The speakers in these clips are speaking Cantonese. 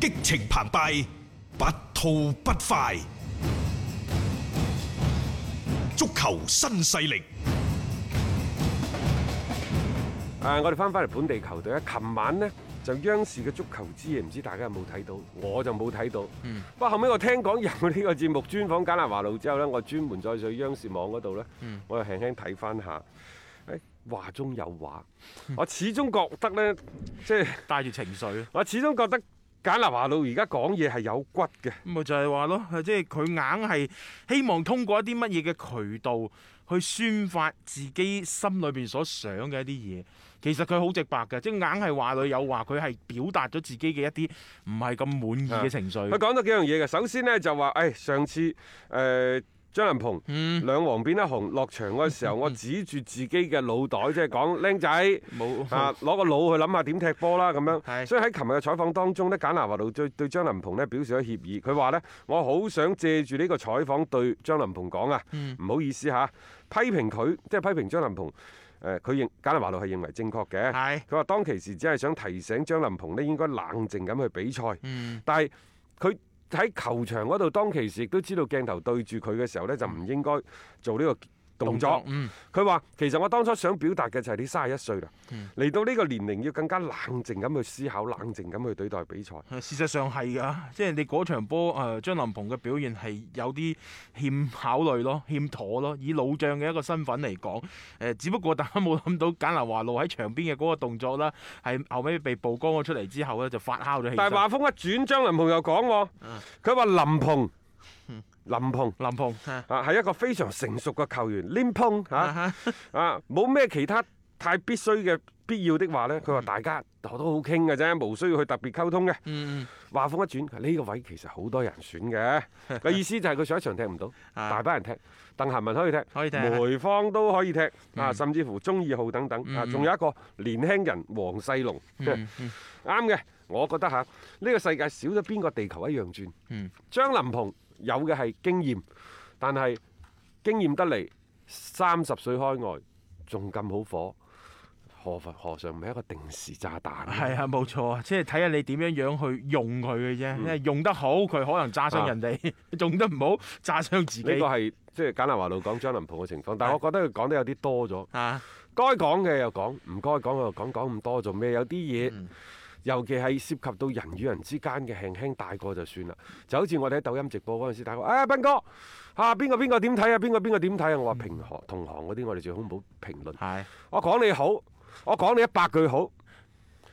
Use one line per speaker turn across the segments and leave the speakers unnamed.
激情澎湃，不吐不快。足球新勢力，
啊！我哋翻返嚟本地球隊啊，琴晚呢，就央視嘅足球之夜，唔知大家有冇睇到？我就冇睇到。不過後尾我聽講有呢個節目專訪簡拿華路之後呢，我專門再上央視網嗰度呢，我又輕輕睇翻下。誒話中有話，我始終覺得呢，即係
帶住情緒啊咯。
我始終覺得簡拿華路而家講嘢係有骨嘅。
咁咪就係話咯，即係佢硬係希望通過一啲乜嘢嘅渠道去宣發自己心裏邊所想嘅一啲嘢。其實佢好直白嘅，即係硬係話裏有話，佢係表達咗自己嘅一啲唔係咁滿意嘅情緒
佢。講咗幾樣嘢嘅，首先呢，就話，誒、上次誒、呃、張林鵬、兩黃變一紅落場嗰時候，我指住自己嘅腦袋，即係講僆仔。
冇
啊！攞個腦去諗下點踢波啦，咁樣。
係
所以喺琴日嘅採訪當中呢，簡拿華路對對張林鵬呢表示咗歉意。佢話呢，我好想借住呢個採訪對張林鵬講啊，
嗯
唔好意思嚇，批評佢，即係批評張林鵬。誒，佢認簡拿華路係認為正確嘅。
係
佢話當其時只係想提醒張林鵬呢應該冷靜咁去比賽。
嗯
但係佢喺球場嗰度當其時亦都知道鏡頭對住佢嘅時候呢，就唔應該做呢個動作。
嗯
佢話：其實我當初想表達嘅就係你三十一歲啦，嚟、到呢個年齡要更加冷靜咁去思考，冷靜咁去對待比賽。
事實上係㗎，即係你嗰場波誒、呃、張林鵬嘅表現係有啲欠考慮咯，欠妥咯。以老將嘅一個身份嚟講，誒、呃只不過大家冇諗到簡拿華路喺場邊嘅嗰個動作啦，係後尾被曝光咗出嚟之後咧，就發酵咗起
但係
身。
話風一轉，張林鵬又講喎，佢話林鵬，林鵬。
林鵬啊
啊，係一個非常成熟嘅球員，連碰嚇
啊
啊，冇咩其他太必須嘅必要的話呢，佢話大家我都好傾嘅啫，無需要去特別溝通嘅。
嗯
話風一轉，呢、個位其實好多人選嘅。 個意思就係佢上一場踢唔到，
啊
大把人踢，鄧涵文可以踢，
可以踢嗯
梅芳都可以踢，啊，甚至乎中二號等等，啊，仲有一個年輕人黃世龍，
嗯
啱嘅。我覺得嚇，呢、個世界少咗邊個地球一樣轉。
嗯
張林鵬有嘅係經驗，但係經驗得嚟三十歲開外，仲咁好火，何何何嘗唔係一個定時炸彈
嗯，
呢？
係啊，冇錯啊，即係睇下你點樣樣去用佢嘅
嗯
啫。因為用得好，佢可能炸傷人哋； 用得唔好，炸傷自
啊呢個
己。
係即係簡南華路講張林鵬嘅情況，但係
係
我覺得佢講得有啲多咗，
啊，
該講嘅又講，唔該講嘅又講，講咁多做咩？有啲嘢。尤其係涉及到人與人之間嘅輕輕帶過就算啦，就好似我哋喺抖音直播嗰陣時，大家誒斌哥嚇邊個邊個點睇啊？邊個邊個點睇啊？我話平行同行嗰啲，我哋最好唔好評論。
係
我講你好，我講你一百句好，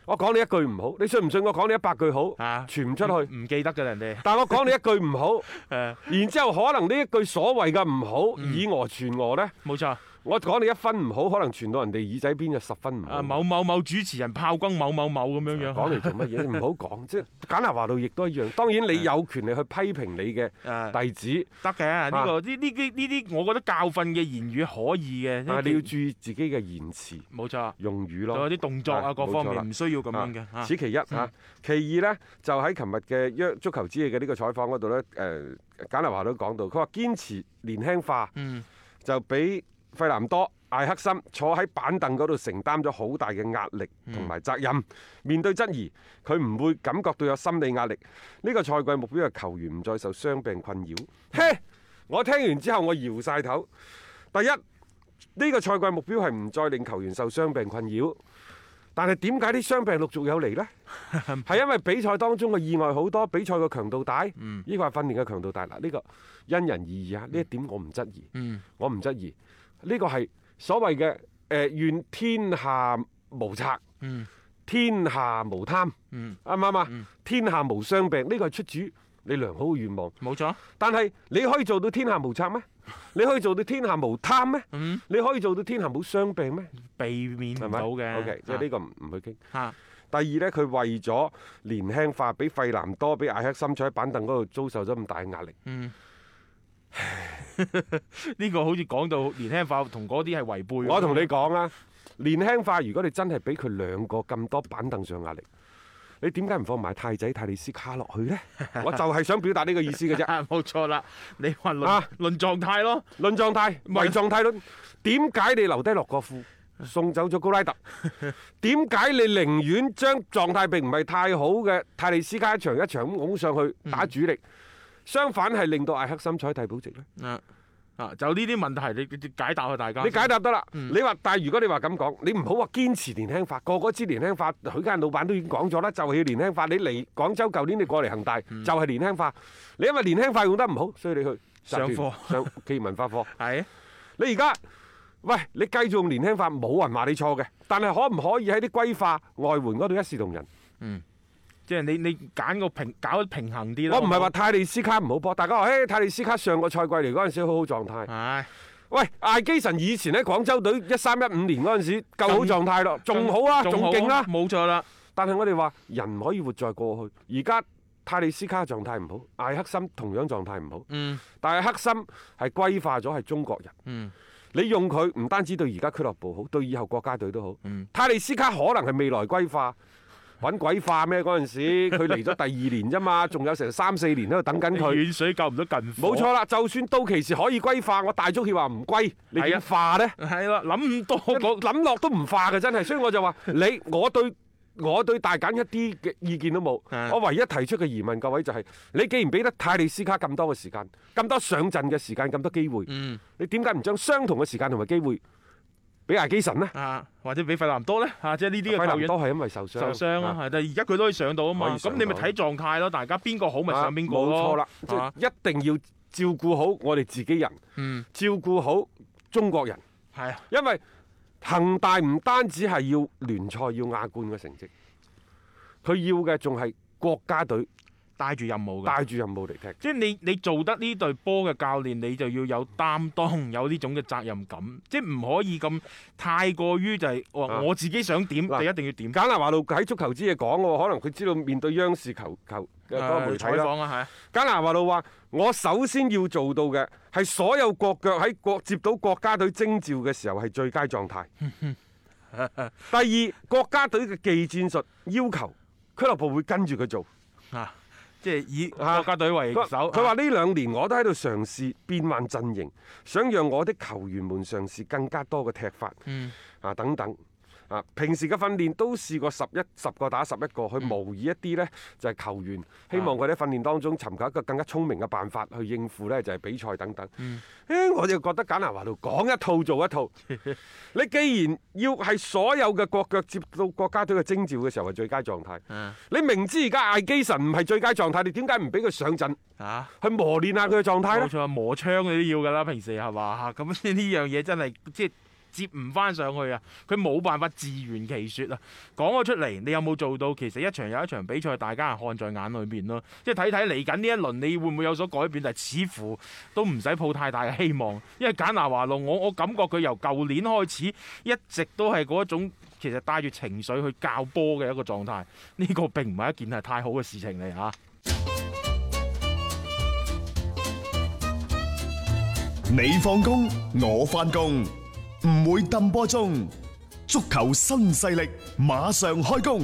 我講你一句唔好，你信唔信我講你一百句好？
啊
傳唔出去。
唔記得㗎人哋。
但我講你一句唔好，
誒，
然之後可能呢一句所謂嘅唔好，
嗯
以訛傳訛呢，
冇錯。
我講你一分唔好，可能傳到人哋耳仔邊就十分唔好。
啊某某某主持人炮轟某某某咁樣樣，
講嚟做乜嘢？唔好講， 即係簡拿華路亦都一樣。當然你有權利去批評你
啊
嘅弟子，
得
啊
嘅呢個呢呢啲呢啲，我覺得教訓嘅言語可以嘅，
但係你要注意自己嘅言辭
冇錯，
用語
仲有
啊咯。
啲動作啊
啊
各方
冇錯啦
面唔需要咁樣
啊
嘅
此其一嚇，其二呢，就喺琴日嘅約足球之夜嘅呢個採訪嗰度呢，誒簡拿華都講到，佢話堅持年輕化
嗯，
就比費南多、艾克森坐喺板凳嗰度承擔咗好大嘅壓力同埋責任。面對質疑，佢唔會感覺到有心理壓力。呢、個賽季目標係球員唔再受傷病困擾。嘿，我聽完之後我搖晒頭。第一，呢、個賽季目標係唔再令球員受傷病困擾。但係點解啲傷病陸續有嚟 呢？係因為比賽當中嘅意外好多，比賽嘅強度大，
嗯
呢個係訓練嘅強度大。嗱，呢個因人而異啊，呢一點我唔質疑。
嗯
我唔質疑，呢個係所謂嘅誒、呃、願天下無賊，
嗯
天下無貪，
嗯
啱唔啱啊？天下無傷病，呢個係出自於你良好嘅願望。
冇錯，
但係你可以做到天下無 賊咩？你可以做到天下無貪咩？
嗯
你可以做到天下冇傷病咩？
避免
係
唔
咪
到嘅。啊
？OK，即係呢個唔唔去傾。
嚇
第二呢，佢為咗年輕化，俾費南多、俾艾克森坐喺板凳嗰度遭受咗咁大嘅壓力。
嗯。呢個好似講到年輕化同嗰啲係違背。
我同你講啊，年輕化，如果你真係俾佢兩個咁多板凳上壓力，你點解唔放埋太仔泰利斯卡落去呢？我就係想表達呢個意思嘅啫。
啊冇錯啦，你話論
啊
論狀態咯，
論狀態，為狀態論，點解你留低落個褲？送走咗高拉特。點解你寧願將狀態並唔係太好嘅泰利斯卡一場一場咁拱上去打主力，相反係令到艾克森採替補席呢？
啊啊！就呢啲問題，你你解答下大家。
你解答得啦。
嗯
你話，但係如果你話咁講，你唔好話堅持年輕化，個個知年輕化，許家印老闆都已經講咗啦，就係、年輕化。你嚟廣州舊年你過嚟恒大，就係年輕化。你因為年輕化用得唔好，所以你去集團
上課
上企業文化課。
係
你而家喂，你繼續用年輕化，冇人話你錯嘅，但係可唔可以喺啲歸化外援嗰度一視同仁？
即係你你揀個平搞得平衡啲啦。
我唔係話泰利斯卡唔好波，大家話誒泰利斯卡上個賽季嚟嗰陣時好好狀態。
唉。
喂，艾基神以前喺廣州隊一三一五年嗰陣時夠好狀態咯，仲好啊，仲勁啦。
冇錯啦。
但係我哋話人唔可以活在過去，而家泰利斯卡狀態唔好，艾克森同樣狀態唔好，
嗯
但係克森係歸化咗係中國人。
嗯
你用佢唔單止對而家俱樂部好，對以後國家隊都好。
嗯
泰利斯卡可能係未來歸化，揾鬼化咩？嗰 陣時佢嚟咗第二年啫嘛，仲有成三四年喺度等 緊佢。
遠水救唔到近火。
冇錯啦，就算到期時可以歸化，我大足協話唔歸，你
係啊
點化呢？
係啦，諗唔多
我
嗰
諗落都唔化嘅，真係。所以我就話你，我對我對大簡一啲嘅意見都冇
啊。
我唯一提出嘅疑問，各位就係、你既然俾得泰利斯卡咁多嘅時間、咁多上陣嘅時間、咁多機會，
嗯
你點解唔將相同嘅時間同埋機會俾艾基神呢？
啊，或者俾費南多咧嚇，即係呢
費
啲嘅球
南
員
多係因為受傷，
受傷啊，係但係而家佢都可以上到啊
可
嘛。
以上
咁
到
你咪睇狀態咯，大家邊個好咪上邊個
冇錯
咯。
啦，即
啊
係一定要照顧好我哋自己人，
嗯，
照顧好中國人，
係啊，
因為恒大唔單止係要聯賽要亞冠嘅成績，佢要嘅仲係國家隊
帶住任務㗎。
帶住任務嚟踢。
即係你你做得呢隊波嘅教練，你就要有擔當，有呢種嘅責任感，即係唔可以咁太過於就係、我
啊
我自己想點，
嗱
你一定要點。
簡拿華路喺足球之夜講喎，可能佢知道面對央視球球嘅嗰個
誒
媒體
採
啦。
訪啊，
簡拿華路話：我首先要做到嘅係所有國腳喺國接到國家隊徵召嘅時候係最佳狀態。
係
第二，國家隊嘅技戰術要求，俱樂部會跟住佢做。
啊，即係以
啊
國家隊為
佢
首。
佢話呢兩年我都喺度嘗試變換陣型，想讓我的球員們嘗試更加多嘅踢法
嗯
啊等等。啊！平時嘅訓練都試過十一十個打十一個，
嗯
去模擬一啲呢就係、球員，
啊
希望佢哋喺訓練當中尋求一個更加聰明嘅辦法去應付呢就係、比賽等等。
嗯
誒我就覺得簡拿華度講一套做一 套。你既然要係所有嘅國腳接到國家隊嘅徵召嘅時候係最佳狀態，
嗯
你明知而家艾基神唔係最佳狀態，你點解唔俾佢上陣？
啊，
去磨練下佢嘅狀態
冇
咧。
錯，磨槍你都要㗎啦，平時係嘛？ 咁呢樣嘢真係即係。接唔翻上去啊！佢冇辦法自圓其説啊！講咗出嚟，你有冇做到？其實一場又一場比賽，大家係看在眼裏面咯。即係睇睇嚟緊呢一輪，你會唔會有所改變？但係似乎都唔使抱太大嘅希望，因為簡拿華路，我我感覺佢由舊年開始一直都係嗰一種其實帶住情緒去教波嘅一個狀態。呢、個並唔係一件係太好嘅事情嚟啊嚇。
你放工，我翻工，唔會抌波鐘。足球新勢力馬上開工。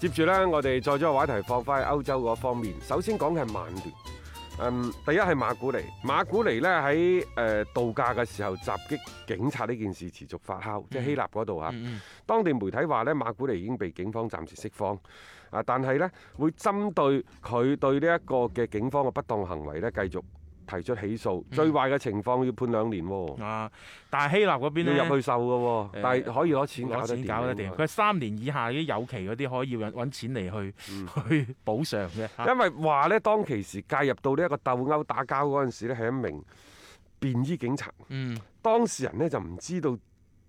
接住呢，我哋再將個話題放翻去歐洲嗰方面。首先講嘅係曼聯。嗯，第一係馬古尼，馬古尼呢喺誒度假嘅時候襲擊警察呢件事持續發酵，即係希臘嗰度啊。
嗯
當地媒體話呢，馬古尼已經被警方暫時釋放，啊，但係呢會針對佢對呢一個嘅警方嘅不當行為呢，繼續提出起訴。
嗯
最壞嘅情況要判兩年喎，
啊，但係希臘嗰邊咧
要入去受嘅喎
誒，
但係可以攞錢搞
攞
得
錢搞得
掂啊
掂，
喎
佢係三年以下啲有期嗰啲可以揾揾錢嚟去、
嗯
去補償嘅啊嚇。
因為話呢，當其時介入到呢一個鬥殴打交嗰陣時咧，係一名便衣警察。
嗯，
當事人呢就唔知道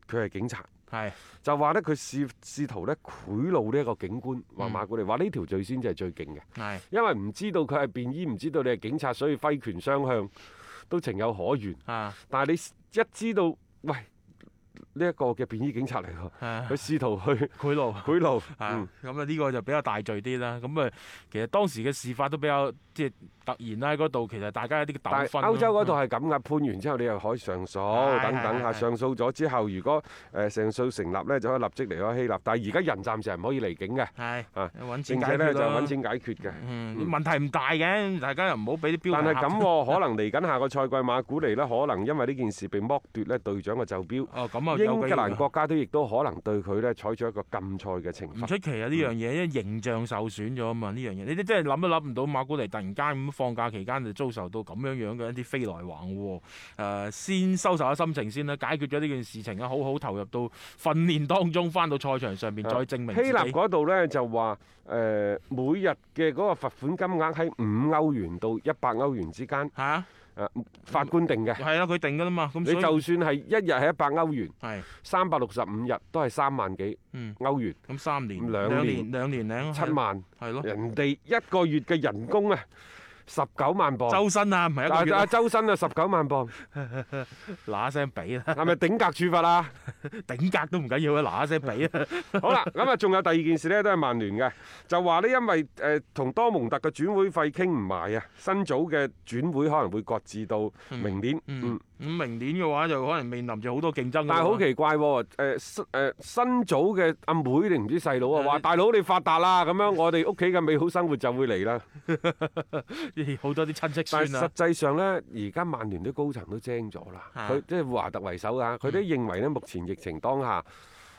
佢係警察，
係
就話呢，佢試試圖呢賄賂呢一個警官，話
嗯
馬古尼話呢條罪先至係最勁嘅，
係
因為唔知道佢係便衣，唔知道你係警察，所以揮拳相向都情有可原。
啊，
但係你一知道，喂，呢一個嘅便衣警察嚟喎，
啊
佢試圖去
賄賂。
賄賂。
啊
嗯，
咁啊呢個就比較大罪啲啦。咁啊，其實當時嘅事發都比較即係突然啦，喺嗰度其實大家有啲
但
糾
係
紛啦。
歐洲嗰度係咁噶，判完之後你又可以上訴
係
等等嚇，
係係
上訴咗之後，如果誒上訴成立呢，就可以立即離開希臘。但係而家人暫時係唔可以離境嘅，
嗯係
啊
揾錢
並
解
且
決
呢就
啦
揾。錢解決嘅。
嗯，問題唔大嘅，大家又唔好俾啲標
但
題
係
嚇
咁
親
喎，可 能嚟緊下個賽季馬古尼呢，可能因為呢件事被剝奪呢隊長嘅袖標。
哦，咁啊，
英格蘭國
國
家都亦都可能對佢呢採取一個禁賽嘅懲
唔
罰。
出奇啊！呢樣嘢，因為形象受損咗啊嘛，呢樣嘢你哋真係諗都諗唔到，馬古尼突然間咁放假期間就遭受到咁樣樣嘅一啲飛來橫禍。誒、先收拾下心情先啦，解決咗呢件事情啊，好好投入到訓練當中，翻到賽場上面再證明自己。
希臘嗰度呢，就話誒、每日嘅嗰個罰款金額喺五歐元到一百歐元之間，
係啊，
誒、法官定嘅。
係啦，佢定㗎啦嘛，咁
你
所以
就算係一日係一百歐元，
係
三百六十五日都係三萬幾
嗯
歐元，
咁三年
兩
年兩年零
七萬。
係咯，
人哋一個月嘅人工啊，十九萬磅。
周身啊，唔係一個
但
月
係阿
啊
周薪啊，十九萬磅，
嗱一聲俾啦，
係咪頂格處罰 啊？
頂格都唔緊要啊，嗱一聲俾啊，
好啦，咁啊，仲有第二件事呢，都係曼聯嘅，就話呢，因為誒同、多蒙特嘅轉會費傾唔埋啊，新組嘅轉會可能會擱置到明年。
嗯，咁明年嘅話就可能面臨住好多競爭㗎
但係好
喎
奇怪喎、誒新誒新組嘅阿妹定唔知細佬啊，話
誒
大佬你發達啦，咁樣我哋屋企嘅美好生活就會嚟啦。
好多啲親戚
但係
孫
實
啊，
際上呢，而家曼聯啲高層都精咗啦，
啊
佢即係華特為首
嗯
啊，佢都認為呢，目前疫情當下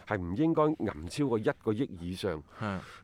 係唔應該揞超過一個億以上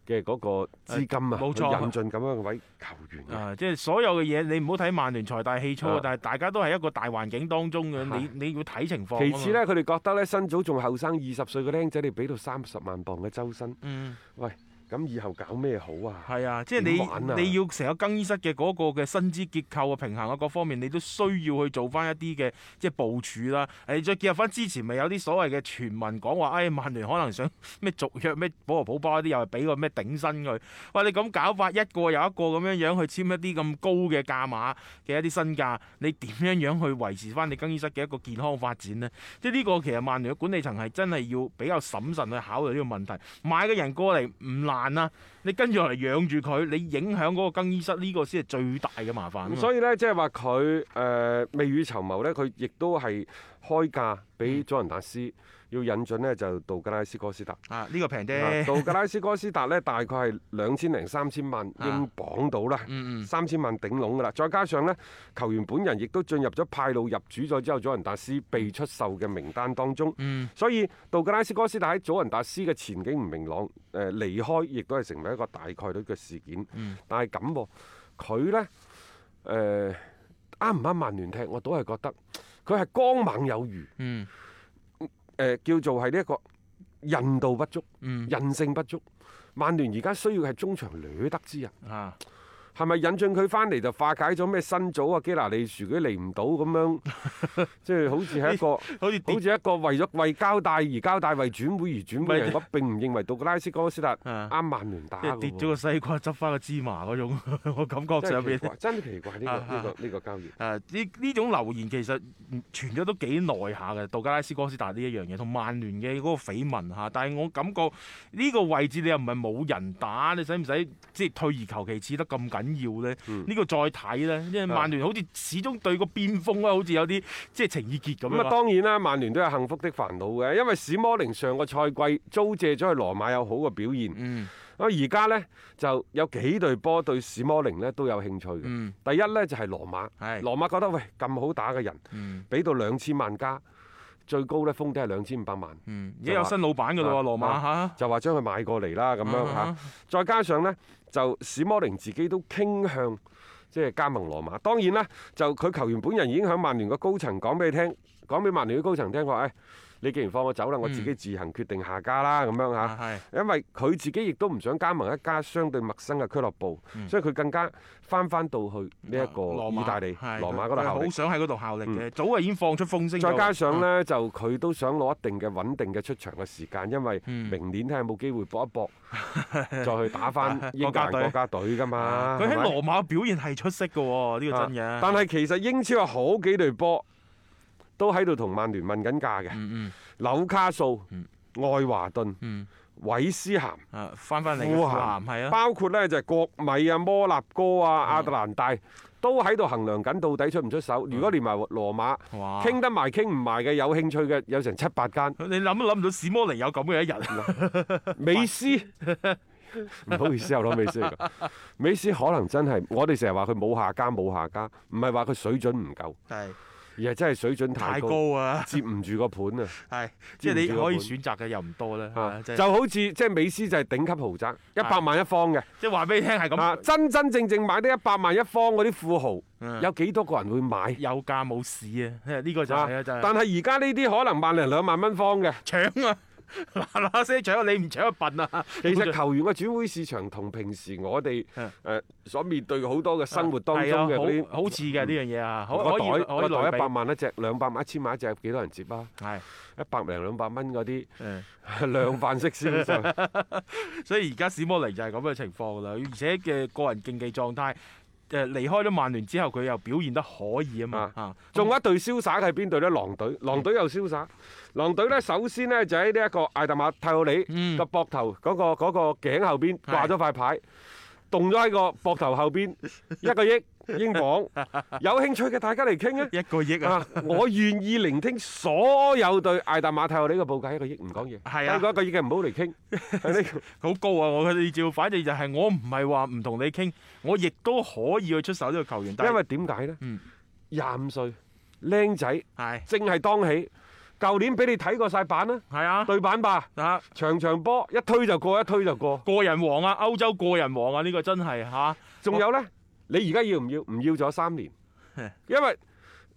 嘅嗰個資金啊，
誒冇
去
錯
引進咁樣嘅位球員嘅。
啊，即係所有嘅嘢，你唔好睇曼聯財大氣粗
啊
啊，但係大家都係一個大環境當中嘅，
係
你你要睇情況啊
其
嘛。
次呢，佢哋覺得呢，新組仲後生二十歲嘅僆仔，你俾到三十萬磅嘅周薪，
嗯，
喂，咁以後搞咩好啊？
係啊，即係
點玩啊
你你要成個更衣室嘅嗰個嘅薪資結構啊、平衡啊各方面，你都需要去做翻一啲嘅即係部署啦。誒，再結合翻之前咪有啲所謂嘅傳聞講話，誒、哎曼聯可能想咩續約咩保羅普巴嗰啲，又係俾個咩頂薪佢。喂，你咁搞法，一個又一個咁樣樣去簽一啲咁高嘅價碼嘅一啲身價，你點樣樣去維持翻你更衣室嘅一個健康發展呢？即係呢個其實曼聯嘅管理層係真係要比較審慎去考慮呢個問題。買嘅人過嚟唔難啊，你跟住落嚟養住佢，你影響嗰個更衣室呢、個先係最大嘅麻煩啊嘛。
咁所以呢，即係話佢誒未雨綢繆呢，佢亦都係開價
嗯
俾佐仁達斯，要引進呢，就道格拉斯哥斯達。
啊，呢、個平
啊
啫。
道格拉斯哥斯達呢，大概係兩千零三千萬
啊
英鎊到啦，
嗯嗯，
三千萬頂籠噶啦。再加上呢，球員本人亦都進入咗派路入主咗之後，佐仁達斯被出售嘅名單當中。
嗯
所以道格拉斯哥斯達喺佐仁達斯嘅前景唔明朗，誒、離開亦都係成為一個大概率嘅事件。
嗯
但係咁喎，佢呢，誒啱唔啱曼聯踢，我都係覺得佢係剛猛有餘，誒、
嗯
叫做係呢一個韌度不足、
嗯，
韌性不足。曼聯而家需要係中場掠得之人，
啊，
係咪引進佢翻嚟就化解咗咩新組啊、基拿利樹佢嚟唔到咁樣， 即係好似係一個。
好似跌
好似一個為咗為交帶而交帶，為轉會而轉會嘅人，我並唔認為道格拉斯哥斯達
啊
啱曼聯打
即係
嘅
跌咗
喎
個西瓜執翻個芝麻嗰種， 我感覺
真
上
係奇
邊。
怪，真係奇怪呢
啊
個
啊
呢個呢個交易。
誒呢呢種流言其實嗯傳咗都幾耐下嘅，道格拉斯哥斯達呢一樣嘢，同曼聯嘅嗰個緋聞嚇。但係我感覺呢個位置你又唔係冇人打，你使唔使即係退而求其次得咁緊要咧？呢、
嗯
呢個再睇咧，因為曼聯好似始終對個邊鋒咧，好似有啲即係情意結咁
咁啊，
樣。
當然啦，曼聯都有幸福的煩惱嘅，因為史摩寧上個賽季租借咗去羅馬有好嘅表現，
嗯
啊而家呢，就有幾隊波對史摩寧呢都有興趣嘅。
嗯，
第一呢，就係羅馬，
係。
羅馬覺得喂咁好打嘅人，
嗯
俾到兩千萬加，最高呢封底係兩千五百萬，
嗯，而家有新老闆㗎啦喎，羅馬啊嚇。
就話將佢買過嚟啦啊咁
嗯
樣啊
啊
嚇。再加上呢，就史摩寧自己都傾向即係加盟羅馬。當然啦，就佢球員本人已經喺曼聯嘅高層講俾你聽，講俾曼聯嘅高層聽話，誒、哎，你既然放我走啦，我自己自行決定下家啦咁樣嚇。
嗯啊係。
因為佢自己亦都唔想加盟一家相對陌生嘅俱樂部，
嗯啊
所以佢更加翻翻到去呢一個
羅馬
意大利
係
羅馬嗰
佢
度
佢
效
好
力。嗯
想喺嗰度效力嘅，早就已經放出風聲。
再加上，
嗯
呢，就佢都想攞一定嘅穩定嘅出場嘅時間，因為
嗯
明年睇下有冇機會搏一 搏，再去打翻英格蘭
啊
國
國家啊
家隊㗎嘛。
佢
啊
喺
係咪啊
羅馬表現係出色嘅喎，呢個真嘅。
但係其實英超有好幾隊波都喺度同曼聯問緊價嘅。
嗯
紐卡素、愛華頓、
嗯
韋斯咸、
嗯，啊翻翻嚟嘅
富咸
富咸係啊，
包括呢就係國米啊、摩納哥啊、亞特蘭大，都喺度衡量緊到底出唔出手。如果連埋羅馬
嗯哇
傾得埋傾唔埋嘅，有興趣嘅有成七八 間。
你諗都諗唔到史摩尼有咁嘅一日，啊
美斯唔好意思，我攞美斯嚟講， 美斯可能真係我哋成日話佢冇下家冇下家，唔係話佢水準唔夠，
係
而係真係水準
太
太高，
高啊，
接唔住個盤啊！
係即係你可以選擇嘅又唔多啦，係
啊
啊即係啊
就好似即係美斯就係頂級豪宅，一百萬一方嘅
即係話俾你聽係
啊，
咁，
真真正正買得一百萬一方嗰啲富豪，
嗯
有幾多個人會買？
有價冇市啊，呢個就
啊
係啊，就係
但係而家呢啲可能萬零兩萬蚊方嘅，
搶啊！ 嗱嗱聲搶，你唔搶就笨啊！
其實球員嘅轉會市場同平時我哋
嗯
誒所面對好多嘅生活當中嘅嗰
係啊
啲
好好似嘅呢樣嘢啊，可
個
可以
袋
可以
個
類
袋
比
一百萬一隻，兩百萬一千萬一隻，有幾多人接啊？
係嗯
一百零兩百蚊嗰啲
誒。
量飯式銷售，
所以而家史摩尼就係咁嘅情況啦，而且嘅個人競技狀態，誒、呃離開咗曼聯之後，佢又表現得可以啊嘛
啊，
嚇、
仲有一隊瀟灑係邊隊呢？狼隊，狼隊又瀟灑。狼隊呢，首先呢，就喺呢一個艾特馬泰奧
嗯
里個膊頭嗰個嗰個頸後邊掛咗塊牌，棟咗喺個膊頭後 邊一個億英鎊。有興趣嘅大家嚟傾啊！
一個億啊，
啊！我願意聆聽所有對艾達馬泰奧呢個報價一個億唔講嘢，
係啊
低過一個億嘅唔好嚟 傾。係呢個
好高啊！我嘅呢招，反正就係我唔係話唔同你傾，我亦都可以去出手呢個球員，但係
因為點解呢？
嗯
廿五歲僆仔
係
正係當起，舊年俾你睇過晒版 啦，
係啊，
對版吧，
啊
場場波一推就過，一推就過。
個人王啊，歐洲個人王啊，呢、個真係嚇、
仲有呢，你而家要唔要？唔要咗三年，因為。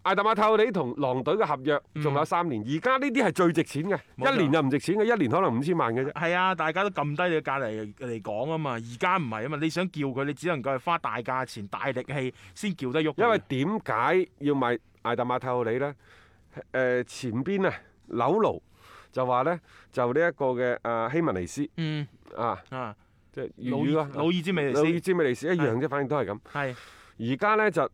艾達馬泰奧利同狼隊嘅合約仲有三年，而家呢啲係最值錢嘅，
冇錯
一年就唔值錢嘅，一年可能五千萬嘅啫。
係啊，大家都撳低你個價嚟嚟講啊嘛，而家唔係啊嘛，你想叫佢，你只能夠係花大價錢、大力氣先叫得喐佢。
因為點解要買艾特馬泰奧里呢？誒、前邊啊，紐奴就話呢，就呢一個嘅啊希文尼斯
嗯
啊，
啊，
即係
老
粵語
爾
啊，
老爾之美
老爾
利斯
詹美尼斯一樣啫，反正都係咁。
係
而家呢，就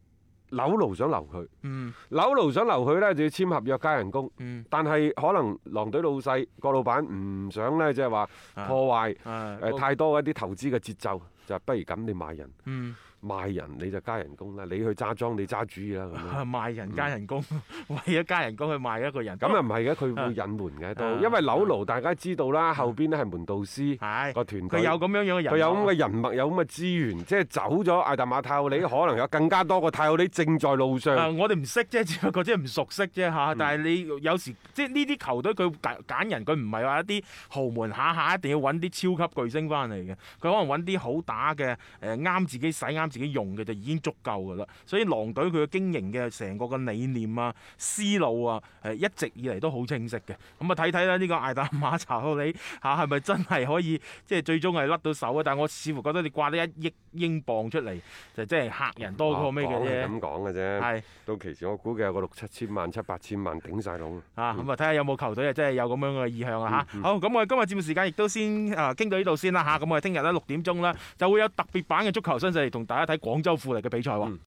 紐奴想留佢，
嗯
紐奴想留佢呢，就要簽合約加人工。
嗯
但係可能狼隊老細個老闆唔想呢，即係話
啊
破壞誒、
啊
呃太多一啲投資嘅節奏，就係不如咁你買人，
嗯。
賣人你就加人工啦，你去揸莊你揸主意啦咁樣。
賣人加人工， 為咗加人工去賣一個人，
嗯咁啊唔係嘅，佢會隱瞞嘅都
啊，
因為紐奴大家知道啦，後邊咧係門道斯
係
個團
佢
隊，
有咁樣樣嘅人，啊
佢有咁嘅人脈，有咁嘅資源，即係走咗艾達馬泰奧里，可能有更加多個泰奧里正在路
啊
上。
我哋唔識啫，只不過即係唔熟悉啫嚇。
嗯
但係你有時即係呢啲球隊佢揀揀人，佢唔係話一啲豪門下下一定要揾啲超級巨星翻嚟嘅，佢可能揾啲好打嘅誒啱自己使啱自己用嘅就已經足夠㗎啦。所以狼隊佢嘅經營嘅成個嘅理念啊、思路啊，誒一直以嚟都好清晰嘅。咁啊睇睇啦，呢個艾達馬查到你嚇係咪真係可以即係最終係甩到手啊？但係我似乎覺得你掛得一億英鎊出嚟就即係嚇人多過咩嘅
哦講係
啫，
啊咁啊講嘅啫，
係。
到其時我估計有個六七千萬、七八千萬頂晒籠。
啊，咁啊睇下有冇球隊啊，真係有咁樣嘅意向啦嚇。好，咁我哋今日節目時間亦都先啊傾到呢度先啦嚇。咁我哋聽日咧六點鐘啦，就會有特別版嘅足球新勢力同大家睇廣州富力嘅比賽喎。